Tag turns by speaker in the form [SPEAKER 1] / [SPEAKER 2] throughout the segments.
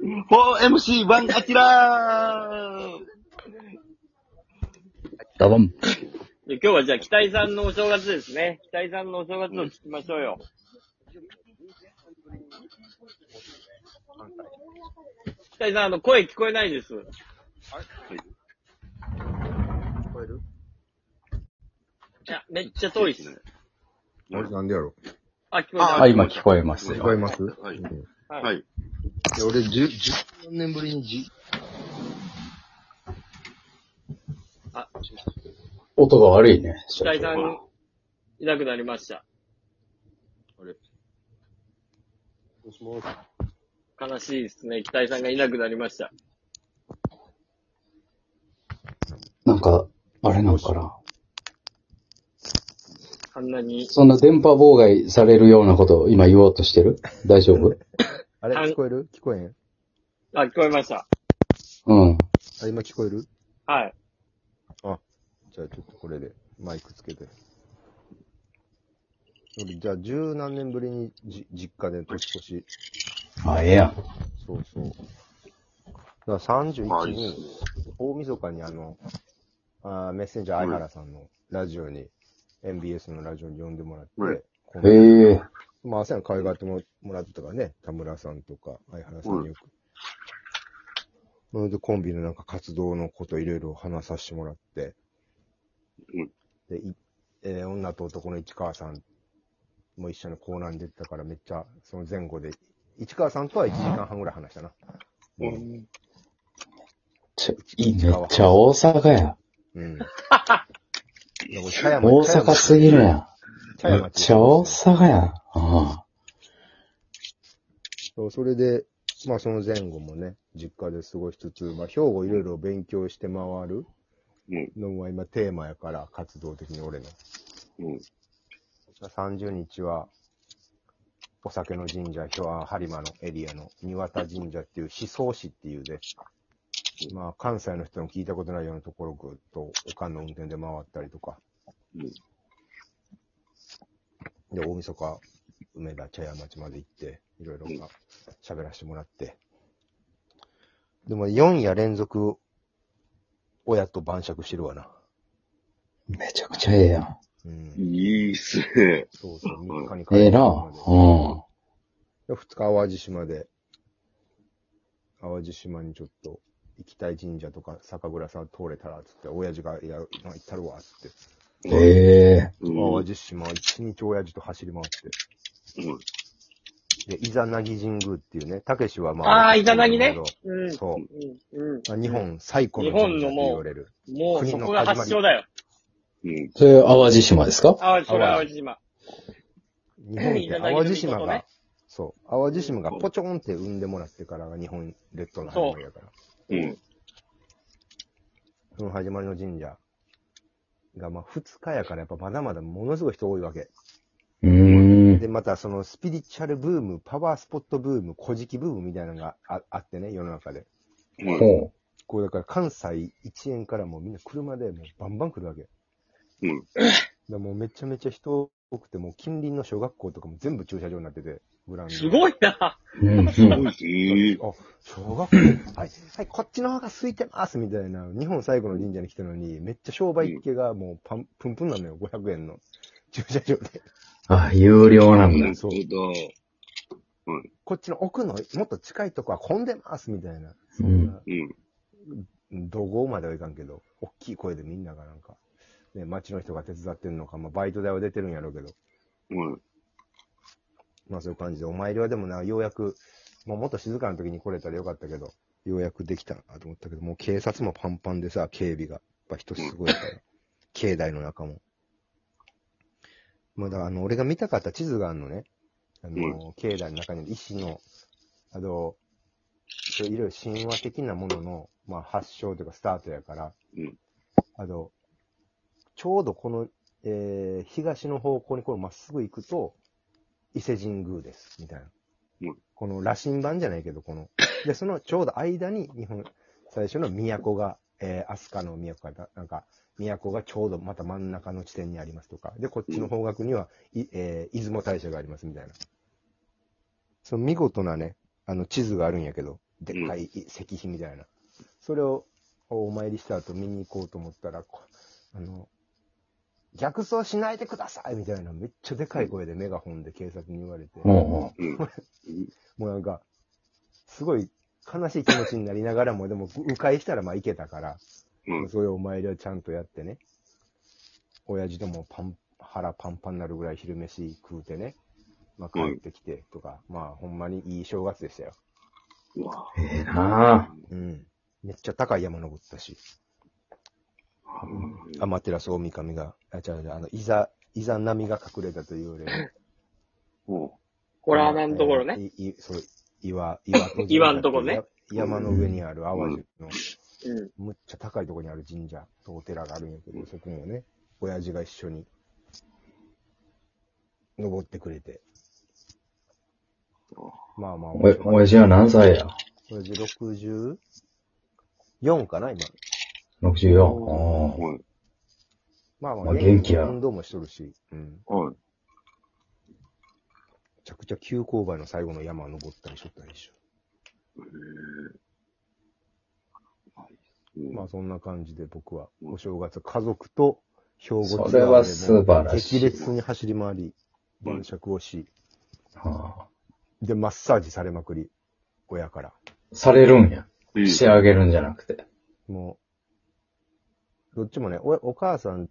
[SPEAKER 1] 4MC1 アキラー
[SPEAKER 2] ダボン。
[SPEAKER 3] で今日はじゃあ、北井さんのお正月ですね。北井さんのお正月を聞きましょうよ。北井さん、あの、声聞こえないです。
[SPEAKER 4] 聞こえる
[SPEAKER 3] いや、めっちゃ遠いっす。
[SPEAKER 4] 俺なんでやろ
[SPEAKER 3] あ、聞こえ
[SPEAKER 1] あ
[SPEAKER 3] た。
[SPEAKER 2] はい、今聞こえます
[SPEAKER 4] 違い
[SPEAKER 2] よ。
[SPEAKER 4] ます、
[SPEAKER 1] はい
[SPEAKER 4] うんい
[SPEAKER 3] は。
[SPEAKER 1] はいい。
[SPEAKER 4] や俺、十、十何年ぶりにじ、
[SPEAKER 2] 音が悪いね。
[SPEAKER 3] 北井さん、いなくなりました。
[SPEAKER 4] もしもし
[SPEAKER 3] 悲しいですね。北井さんがいなくなりました。
[SPEAKER 2] なんか、あれなんかな。
[SPEAKER 3] あんなに、
[SPEAKER 2] そんな電波妨害されるようなことを今言おうとしてる大丈 夫
[SPEAKER 4] あれ
[SPEAKER 3] あん
[SPEAKER 4] 聞こえる聞こえへん
[SPEAKER 3] あ、聞こえました。
[SPEAKER 2] うん。
[SPEAKER 4] あ、今聞こえる
[SPEAKER 3] はい。
[SPEAKER 4] じゃあちょっとこれで、マイクつけて。俺、じゃあ十何年ぶりにじ、実家で年越し。
[SPEAKER 2] あ、ええやん。
[SPEAKER 4] そうそう。だから
[SPEAKER 1] まあ
[SPEAKER 4] 31
[SPEAKER 1] いいっす
[SPEAKER 4] に、大晦日にあの、あーメッセンジャー相原さんのラジオに、MBS のラジオに呼んでもらって、
[SPEAKER 1] うん
[SPEAKER 4] こんな
[SPEAKER 2] ええ
[SPEAKER 4] まあ、アセアン可愛がってももらってたからね、田村さんとか、相原さんによく。それでコンビのなんか活動のこといろいろ話させてもらって、
[SPEAKER 1] うん
[SPEAKER 4] で、いえー女と男の市川さんも一緒にコーナーに出てたからめっちゃ、その前後で、市川さんとは1時間半ぐらい話したな。
[SPEAKER 3] うん
[SPEAKER 2] ちょいいめっちゃ大阪や。
[SPEAKER 4] うん。でも茶
[SPEAKER 2] 大
[SPEAKER 4] 屋町
[SPEAKER 2] 阪すぎるやん。
[SPEAKER 4] 茶
[SPEAKER 2] め
[SPEAKER 4] 屋
[SPEAKER 2] っ
[SPEAKER 4] 町
[SPEAKER 2] ちゃ大阪やん。あ
[SPEAKER 4] そう、それで、まあその前後もね、実家で過ごしつつ、まあ兵庫いろいろ勉強して回る
[SPEAKER 1] うん
[SPEAKER 4] のが今テーマやから、活動的に俺の。
[SPEAKER 1] うん。
[SPEAKER 4] 30日は、お酒の神社、今日は播磨のエリアの三綿神社っていう思想市っていうで、まあ関西の人も聞いたことないようなところをぐっと、おかんの運転で回ったりとか。
[SPEAKER 1] うん
[SPEAKER 4] で、大晦日、梅田茶屋町まで行って、いろいろか喋らせてもらって。でも4夜連続、親と晩酌してるわな。
[SPEAKER 2] あ。めちゃくちゃええやん。
[SPEAKER 4] うん。
[SPEAKER 1] いいっすね。
[SPEAKER 4] そうそう、3日に帰
[SPEAKER 2] ええな。
[SPEAKER 4] まで
[SPEAKER 2] うん。
[SPEAKER 4] で、二日淡路島で、淡路島にちょっと行きたい神社とか酒蔵さん通れたら、つって、親父が、いや、まあ行ったるわ、つって。
[SPEAKER 2] ええ
[SPEAKER 1] う
[SPEAKER 4] 淡
[SPEAKER 1] ん。
[SPEAKER 4] 路島、一日親父と走り回っ
[SPEAKER 1] うん
[SPEAKER 4] て。で、イザナギ神宮っていうね、たけしはまあ、
[SPEAKER 3] ああ、いただきね。うん。う
[SPEAKER 4] そ
[SPEAKER 3] ん。うん
[SPEAKER 4] う。まあ日本最古の神社って言われる。
[SPEAKER 3] もう、そこが発祥だよ。
[SPEAKER 1] うん。
[SPEAKER 2] それ、淡路島ですか
[SPEAKER 3] あ、それは淡路島。
[SPEAKER 4] 日本って淡路島
[SPEAKER 3] 伊達
[SPEAKER 4] が、そう、淡路島がポチョンって産んでもらってからが日本列島の始まりだから。
[SPEAKER 1] うん。
[SPEAKER 4] その始まりの神社が、まあ、二日やからやっぱまだまだものすごい人多いわけ。
[SPEAKER 2] うーん。
[SPEAKER 4] で、またそのスピリチュアルブーム、パワースポットブーム、古事記ブームみたいなのがああってね、世の中で。
[SPEAKER 1] うん。
[SPEAKER 2] ほ
[SPEAKER 4] こうだから関西一円からもうみんな車でもうバンバン来るわけ。
[SPEAKER 1] うん
[SPEAKER 4] でもうめちゃめちゃ人多くて、もう近隣の小学校とかも全部駐車場になってて、グラウンド。
[SPEAKER 3] すごいな。
[SPEAKER 2] う。うん。
[SPEAKER 1] すごいっすね。
[SPEAKER 4] あ、小学校、はい、はい、こっちの方が空いてますみたいな、日本最後の神社に来たのに、めっちゃ商売系がもうパン、プンプンなのよ、500円の駐車場で。
[SPEAKER 2] あ、有料なん
[SPEAKER 1] な
[SPEAKER 2] だ
[SPEAKER 1] る。ほど。
[SPEAKER 4] こっちの奥の、もっと近いとこは混んでますみたいな。
[SPEAKER 2] う
[SPEAKER 4] そ
[SPEAKER 2] ん
[SPEAKER 4] んな、
[SPEAKER 1] うん。
[SPEAKER 4] 怒号まではいかんけど、大きい声でみんながなんか、ね、町の人が手伝ってんのか、まあ、バイト代は出てるんやろうけど、
[SPEAKER 1] うん。
[SPEAKER 4] まあそういう感じで、お参りはでもな、ようやく、まあ、もっと静かな時に来れたらよかったけど、ようやくできたなと思ったけど、もう警察もパンパンでさ、警備が。やっぱ人すごいから。境内の中も。まあだからあの、俺が見たかった地図があるのね。あの、境内の中に石の、あの、そういろいろ神話的なものの、まあ発祥というかスタートやから、
[SPEAKER 1] うん
[SPEAKER 4] あの、ちょうどこの、えー、東の方向にこれまっすぐ行くと、伊勢神宮です、みたい
[SPEAKER 1] う
[SPEAKER 4] な。
[SPEAKER 1] ん
[SPEAKER 4] この羅針盤じゃないけど、この。で、そのちょうど間に日本最初の都が、えー、飛鳥の都が、なんか、都がちょうどまた真ん中の地点にありますとか、で、こっちの方角には、いえー出雲大社がありますみたいな。その見事なね、あの地図があるんやけど、でっかい石碑みたいな。それをお参りした後見に行こうと思ったら、こあの、逆走しないでくださいみたいな、めっちゃでかい声でメガホンで警察に言われて、
[SPEAKER 2] う
[SPEAKER 4] も
[SPEAKER 2] んうん。
[SPEAKER 1] うん。
[SPEAKER 4] うなんか、すごい悲しい気持ちになりながらも、でも、迂回したらまあ行けたから、
[SPEAKER 1] うん。
[SPEAKER 4] そういうお参りをちゃんとやってね、親父ともパン腹パンパンになるぐらい昼飯食うてね、まあ、帰ってきてとか、まあほんまにいい正月でしたよ。
[SPEAKER 1] うわ
[SPEAKER 2] ええな
[SPEAKER 4] うん。めっちゃ高い山登ったし、アマテラス大神が、あ、違う違う、あの、イザ、イザ波が隠れたというよりも、
[SPEAKER 1] おう
[SPEAKER 3] ホラーマンのところね。
[SPEAKER 4] い。いそう、岩、岩と
[SPEAKER 3] 岩のとこね。
[SPEAKER 4] 山の上にある淡路の、
[SPEAKER 3] うん。
[SPEAKER 4] むっちゃ高いところにある神社とお寺があるんやけ
[SPEAKER 1] う
[SPEAKER 4] ど、
[SPEAKER 1] ん
[SPEAKER 4] そこもね、親父が一緒に登ってくれて。まあまあ、
[SPEAKER 2] おや、親父は何歳や
[SPEAKER 4] 親父 64? かな、今。
[SPEAKER 2] ?64。あ
[SPEAKER 1] おい
[SPEAKER 4] まあま
[SPEAKER 2] ま
[SPEAKER 4] あ、
[SPEAKER 2] あ元気や
[SPEAKER 4] 運動もしとるし、うん。
[SPEAKER 1] おい
[SPEAKER 4] めちゃくちゃ急勾配の最後の山を登ったりしとったりし
[SPEAKER 1] うん
[SPEAKER 4] ょ。まあそんな感じで僕は、お正月、家族と兵庫
[SPEAKER 2] それは素晴らし
[SPEAKER 4] 激
[SPEAKER 2] い
[SPEAKER 4] 烈に走り回り、晩酌をし、
[SPEAKER 2] あはあ。
[SPEAKER 4] で、マッサージされまくり、親から。
[SPEAKER 2] されるんや。
[SPEAKER 1] うん
[SPEAKER 2] してあげるんじゃなくて。
[SPEAKER 4] もう、どっちもね、お、お母さん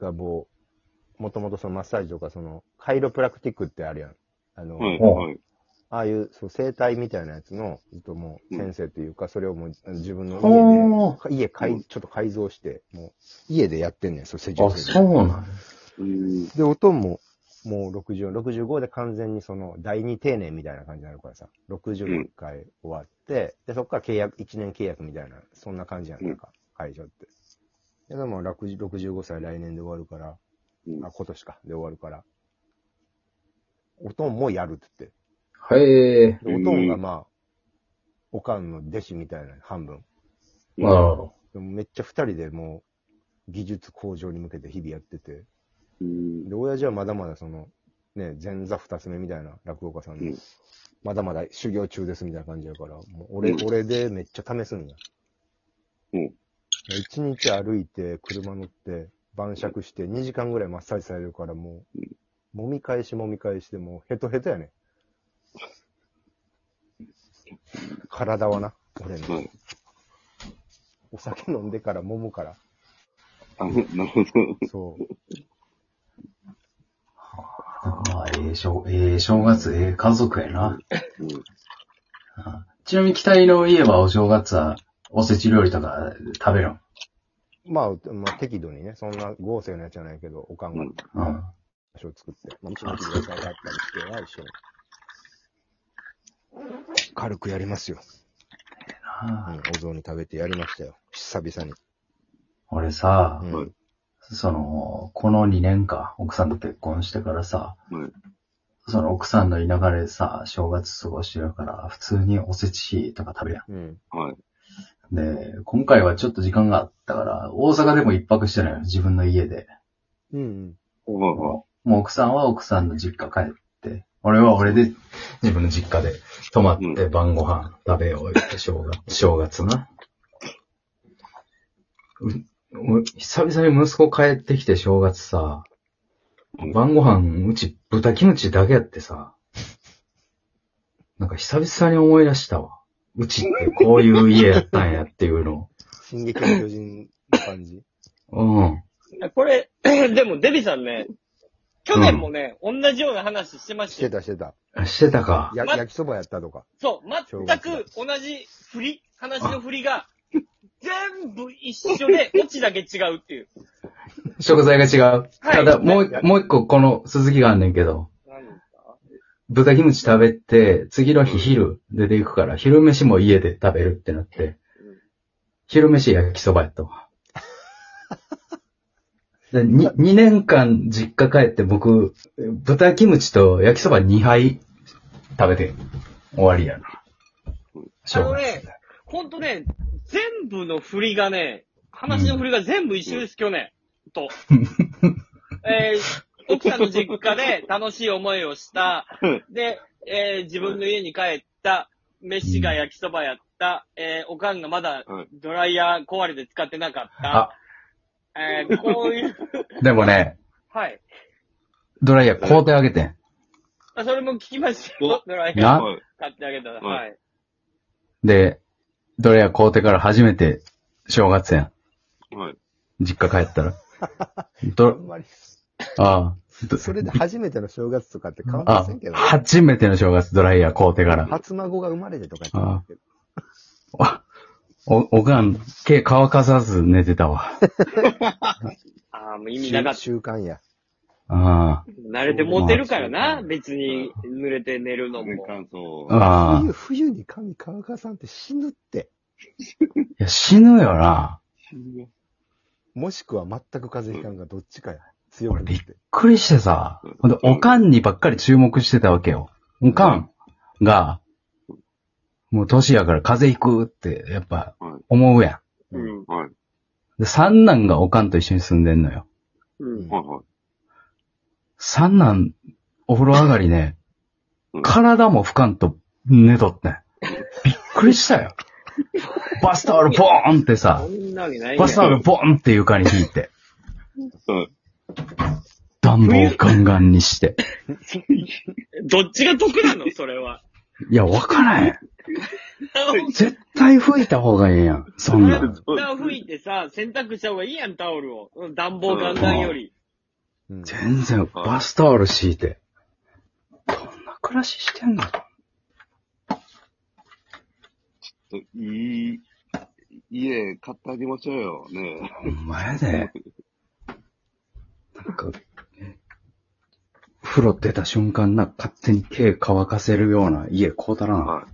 [SPEAKER 4] がもう、もともとそのマッサージとか、その、カイロプラクティックってあるやん。あの、
[SPEAKER 1] はい。
[SPEAKER 2] おう
[SPEAKER 1] はい。
[SPEAKER 4] ああいう、そう、整体みたいなやつの、ずっとも
[SPEAKER 1] う
[SPEAKER 4] う、
[SPEAKER 1] ん
[SPEAKER 4] 先生というか、それをもう、あの自分の
[SPEAKER 2] お
[SPEAKER 4] 家で、家か
[SPEAKER 1] うん
[SPEAKER 4] い、ちょっと改造して、もう、家でやってんねん、そう、施
[SPEAKER 2] あ、
[SPEAKER 4] 術で。
[SPEAKER 2] そうなんや
[SPEAKER 1] うん。
[SPEAKER 4] で、音も、もう64、65で完全にその、第二定年みたいな感じになるからさ、60回終わって、で、そこから契約、1年契約みたいな、そんな感じやん、なんか、会場って。で、でも、60 65歳来年で終わるから、
[SPEAKER 1] うん
[SPEAKER 4] あ、今年か、で終わるから、音もやるって言って。
[SPEAKER 2] へえ。
[SPEAKER 4] で、
[SPEAKER 1] う
[SPEAKER 4] お
[SPEAKER 1] ん
[SPEAKER 4] とんがまあ、おかんの弟子みたいな、半分。
[SPEAKER 2] なるほど。
[SPEAKER 4] でもめっちゃ二人でもう、技術向上に向けて日々やってて。
[SPEAKER 1] うん
[SPEAKER 4] で、親父はまだまだその、ね、前座二つ目みたいな落語家さんで、
[SPEAKER 1] うん
[SPEAKER 4] まだまだ修行中ですみたいな感じやから、もう俺、
[SPEAKER 1] うん
[SPEAKER 4] 俺でめっちゃ試すんや。
[SPEAKER 1] うん
[SPEAKER 4] で一日歩いて、車乗って、晩酌して、2時間ぐらいマッサージされるから、もう、揉み返し揉み返して、もうヘトヘトやね。体はな、俺の。
[SPEAKER 1] はい。
[SPEAKER 4] お酒飲んでから揉むから。
[SPEAKER 1] あ、なるほど。
[SPEAKER 4] そう。
[SPEAKER 2] ああ、ええ正、ええ正月、ええ家族や
[SPEAKER 1] う
[SPEAKER 2] な。
[SPEAKER 1] ん
[SPEAKER 2] あちなみに期待の家はお正月は、おせち料理とか食べるん
[SPEAKER 4] まあ、まあ、適度にね、そんな豪勢なやつじゃないけど、おかんが
[SPEAKER 1] うん
[SPEAKER 2] うん。
[SPEAKER 4] 場所を作って、まあ、うちの企業さんがあったりしては一緒に。軽くやりますよ。う
[SPEAKER 2] ああ
[SPEAKER 4] ん、お雑煮食べてやりましたよ。久々に。
[SPEAKER 2] 俺さ、
[SPEAKER 4] うん。
[SPEAKER 1] はい
[SPEAKER 2] その、この2年か、奥さんと結婚してからさ、
[SPEAKER 1] はい
[SPEAKER 2] その奥さんの田舎でさ、正月過ごしてるから、普通におせちとか食べる
[SPEAKER 4] うん。
[SPEAKER 1] はい。
[SPEAKER 2] やん。で、今回はちょっと時間があったから、大阪でも一泊してないよ、自分の家で。
[SPEAKER 4] うんうん。
[SPEAKER 1] おう
[SPEAKER 2] もう奥さんは奥さんの実家帰って、俺は俺で自分の実家で泊まって晩ご飯食べよう言って、正月、正月な。うう久々に息子帰ってきて正月さ、
[SPEAKER 1] うん
[SPEAKER 2] 晩ご飯うち豚キムチだけやってさ、なんか久々に思い出したわ。うちってこういう家やったんやっていうの。
[SPEAKER 4] 進撃の巨人の感じ。
[SPEAKER 2] うん。
[SPEAKER 3] これ、 でもデビさんね、去年もね、同じような話してまし
[SPEAKER 4] したて
[SPEAKER 3] よ。
[SPEAKER 4] たしてた。
[SPEAKER 2] してたか。
[SPEAKER 4] や、
[SPEAKER 3] ま
[SPEAKER 4] 焼きそばやったとか。
[SPEAKER 3] そう、全く同じ振り、話の振りが、全部一緒で、オチだけ違うっていう。
[SPEAKER 2] 食材が違う。
[SPEAKER 3] はい
[SPEAKER 2] ただ、もう、もう一個この続きがあんねんけど、
[SPEAKER 3] 何ですか
[SPEAKER 2] 豚キムチ食べて、次の日昼出ていくから、昼飯も家で食べるってなって
[SPEAKER 3] うん、
[SPEAKER 2] 昼飯焼きそばやった わ。でに 2, 年間実家帰って僕、豚キムチと焼きそば2杯食べて終わりやな。
[SPEAKER 3] あのね、ほんとね、全部の振りがね、話の振りが全部一緒です、去年。と。えー奥さんの実家で楽しい思いをした。で、えー自分の家に帰った。飯が焼きそばやった、えーおかんがまだ
[SPEAKER 1] はい
[SPEAKER 3] ドライヤー壊れて使ってなかった
[SPEAKER 2] あ、
[SPEAKER 3] えーこういう、
[SPEAKER 2] でもね、
[SPEAKER 3] はい。
[SPEAKER 2] ドライヤー交代あげてん。
[SPEAKER 3] あそれも聞きましたよ。ドライヤー
[SPEAKER 2] な
[SPEAKER 1] はい。
[SPEAKER 3] 買ってあげたら。
[SPEAKER 1] うん
[SPEAKER 3] はい。
[SPEAKER 2] で、ドライヤー買うてから初めて正月や
[SPEAKER 1] はい。
[SPEAKER 2] ん。実家帰った ら。ド
[SPEAKER 4] あんまり、
[SPEAKER 2] ああ。
[SPEAKER 4] それで初めての正月とかって感ま
[SPEAKER 2] あ
[SPEAKER 4] せんけ、ど、ね、
[SPEAKER 2] 初めての正月ドライヤー買うてから。
[SPEAKER 4] 初孫が生まれてとかやったんです
[SPEAKER 2] お、おかん、毛乾かさず寝てたわ。
[SPEAKER 3] ああ、もう
[SPEAKER 4] け
[SPEAKER 3] 意
[SPEAKER 4] ど
[SPEAKER 3] 味なかっ
[SPEAKER 4] 習慣や。
[SPEAKER 2] あ
[SPEAKER 3] た。慣れてモテるから
[SPEAKER 1] ま
[SPEAKER 3] な。
[SPEAKER 1] あ
[SPEAKER 3] 別に濡れて寝るの
[SPEAKER 1] 年
[SPEAKER 3] も。
[SPEAKER 1] 間そ
[SPEAKER 2] あ。ああ。
[SPEAKER 4] 冬、冬に髪乾かさんって死ぬって。
[SPEAKER 2] いや、死ぬよな。
[SPEAKER 1] う。
[SPEAKER 4] もしくは全く風邪ひかんがどっちかや。強くなって。
[SPEAKER 2] びっくりしてさ。ほんで、おかんにばっかり注目してたわけよ。おかんが、もう年やから風邪ひくって、やっぱ、思うや
[SPEAKER 3] うん。
[SPEAKER 1] はい。
[SPEAKER 2] ん。で、三男がおかんと一緒に住んでんのよ。
[SPEAKER 3] うん。
[SPEAKER 1] はいはい。
[SPEAKER 2] 三男、お風呂上がりね
[SPEAKER 1] うん、
[SPEAKER 2] 体も不んと寝とってん。びっくりしたよ。バスタオルボーンってさ
[SPEAKER 3] そ、んなわけないや
[SPEAKER 2] バスタオ
[SPEAKER 3] ん。
[SPEAKER 2] ルボーンって床に引いて、
[SPEAKER 1] はい。
[SPEAKER 2] 暖房ガンガンにして。
[SPEAKER 3] どっちが得 なのそれは。
[SPEAKER 2] いや、わからへん。絶対吹いた方がええやん。そんなん。
[SPEAKER 3] 蓋を吹いてさ、洗濯した方がいいやん、タオルを。うん暖房ガンガンより。
[SPEAKER 4] うん
[SPEAKER 2] 全然、バスタオル敷いて。どんな暮らししてんの
[SPEAKER 1] いい、家買ってあげましょうよ。ね
[SPEAKER 2] お前で。なんか、風呂出た瞬間な、勝手に毛乾かせるような家こうたら
[SPEAKER 1] え。
[SPEAKER 2] な。
[SPEAKER 1] はい。